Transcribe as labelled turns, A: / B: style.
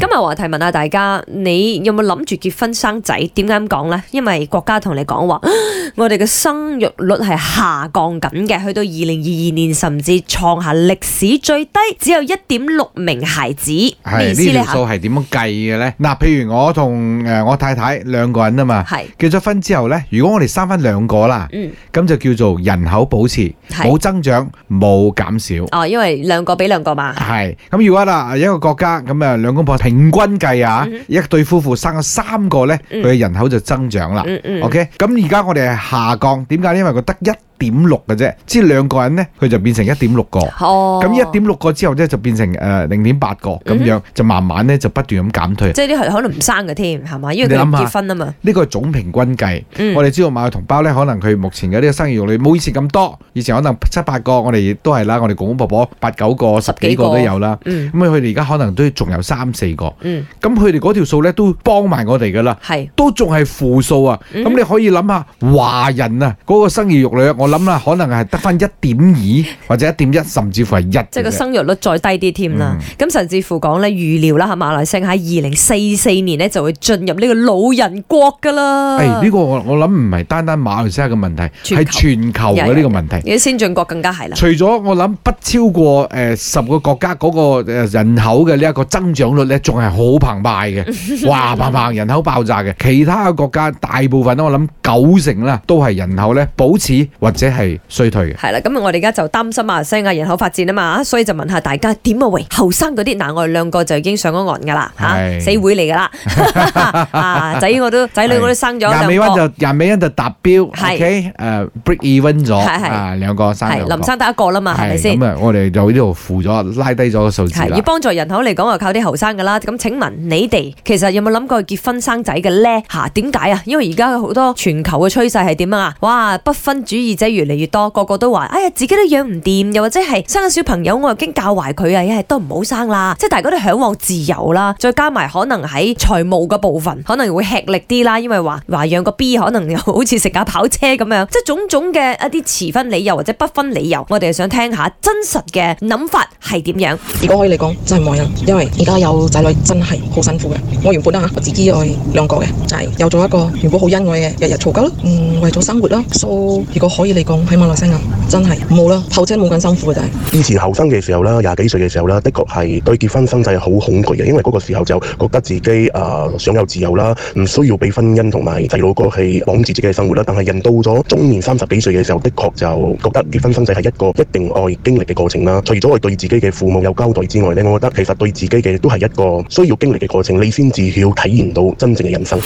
A: 日話題問下大家，你有冇諗住結婚生仔？點解咁講呢？因為國家同你講話， 我哋嘅生育率係下降緊嘅，去到二零二二年甚至創下歷史最低，只有一點六名孩子。咩意
B: 係
A: 思
B: 呢
A: 呢？
B: 條數係點樣計嘅咧？嗱，譬如我同誒我太太兩個人啊 嘛，
A: 係
B: 結咗婚之後咧，如果我哋生翻兩個啦，
A: 嗯
B: 咁就叫做人口保持，
A: 係
B: 冇增長冇減 少。
A: 哦，因為兩個比兩個嘛。
B: 係咁，如果啦一個國家咁啊，兩公婆平均計啊，一對夫婦生咗三個咧，
A: 嗯
B: 佢嘅人口就增長啦。
A: 嗯嗯。
B: OK，咁而家我哋係下降，點解？因為佢得一點六嘅啫，即係兩個人咧，佢就變成一點六個。
A: 哦。嗯
B: 咁一點六個之後咧，就變成誒零點八個咁樣，就慢慢咧就不斷咁減退。
A: 即係啲係可能唔生嘅添，係嘛？因為佢
B: 你
A: 唔
B: 諗下
A: 結婚啊嘛。
B: 呢個係總平均計，
A: 嗯
B: 我哋知道馬嘅同胞咧，可能佢目前嘅呢個生育率冇以前咁多，以前可能七八個，我哋都係啦，我哋公公婆婆八九個、十幾個都有啦。
A: 嗯
B: 咁佢哋而家可能都仲有三四個，
A: 嗯，
B: 咁佢哋嗰條數咧都幫埋我哋噶啦。
A: 係。
B: 都仲係負數啊！
A: 嗯
B: 咁、你可以諗下華人啊，嗰、個生育率，我諗啦，可能係得翻一點二或者一點一，甚至乎係一嘅啫。嗯
A: 即係個生育率再低啲添啦。咁、甚至乎講咧預料啦，嚇馬來西亞喺二零四四年咧就會進入呢個老人國噶啦。
B: 誒呢、個我我諗唔係單單馬來西亞嘅問題，
A: 全
B: 係
A: 球
B: 全球
A: Dạ,
B: 嘅啊呢個問題。
A: 而家啊先進國更加係啦。
B: 除咗我諗不超過誒十、個國家嗰個誒人口嘅呢一個增長率咧，仲係好澎湃嘅，哇澎湃人口爆炸嘅。其他嘅國家大部分我諗九成啦，都係人口咧保持或者係衰退嘅。
A: 係啦，咁我哋而家就擔心馬來西亞人口發展啊嘛，所以就問下大家點啊喂，後生嗰啲嗱，我哋兩個就已經上咗岸㗎啦，嚇、
B: 係
A: 死會嚟㗎 啦， 啊仔我都仔女我都生咗
B: 廿
A: 兩
B: 美蚊
A: 個，
B: 就廿美蚊就達標
A: 係
B: ，OK 誒 break even À, 咗
A: 係係
B: 啊兩個生
A: 係
B: 兩
A: 林
B: 個
A: 生得一個啦嘛，係咪先
B: 咁？啊，我哋就呢度負咗拉低咗個數字
A: 係
B: 啦
A: 要。幫助人口嚟講，就靠啲後生噶啦。咁請問你哋其實有冇諗過結婚生仔嘅咧？嚇點解啊？因為而家好多全球嘅趨勢係點啊？哇，不婚主義者越嚟越多，個個都話：哎呀，自己都養唔掂，又或者係生咗小朋友，我又驚教壞佢啊，一係都唔好生啦。 即係大家都向往自由啦，再加埋可能喺財務嘅部分可能會吃力啲啦，因為話話養個 B 可能又好似食架跑車咁樣，即係種種嘅一啲遲婚理由或者不婚理由，我哋想聽下真實嘅諗法係點樣。
C: 如果可以嚟講，真係冇人，因為而家有仔女真係好辛苦嘅。我原本啊，我自己愛兩個嘅，就係、有咗一個原本好恩愛嘅，日日嘈交咯。嗯，為咗生活啦。So，如果可以嚟講，喺馬來西亞真係冇啦，後生冇咁辛苦嘅就係、
D: 以前後生嘅時候啦，廿幾歲嘅時候啦，的確係對結婚生仔好恐懼嘅，因為嗰個時候就覺得自己啊、呃想有自由啦，唔需要俾婚姻同埋細佬哥去綁住自己嘅生活啦。但係人到咗中年三十幾歲嘅時候，的確就覺得結婚生仔係一個一定愛經歷嘅過程啦。除咗我對自己嘅父母有交代之外呢，我覺得其實對自己嘅都係一個需要經歷嘅過程，你先至要體驗到真正嘅人生。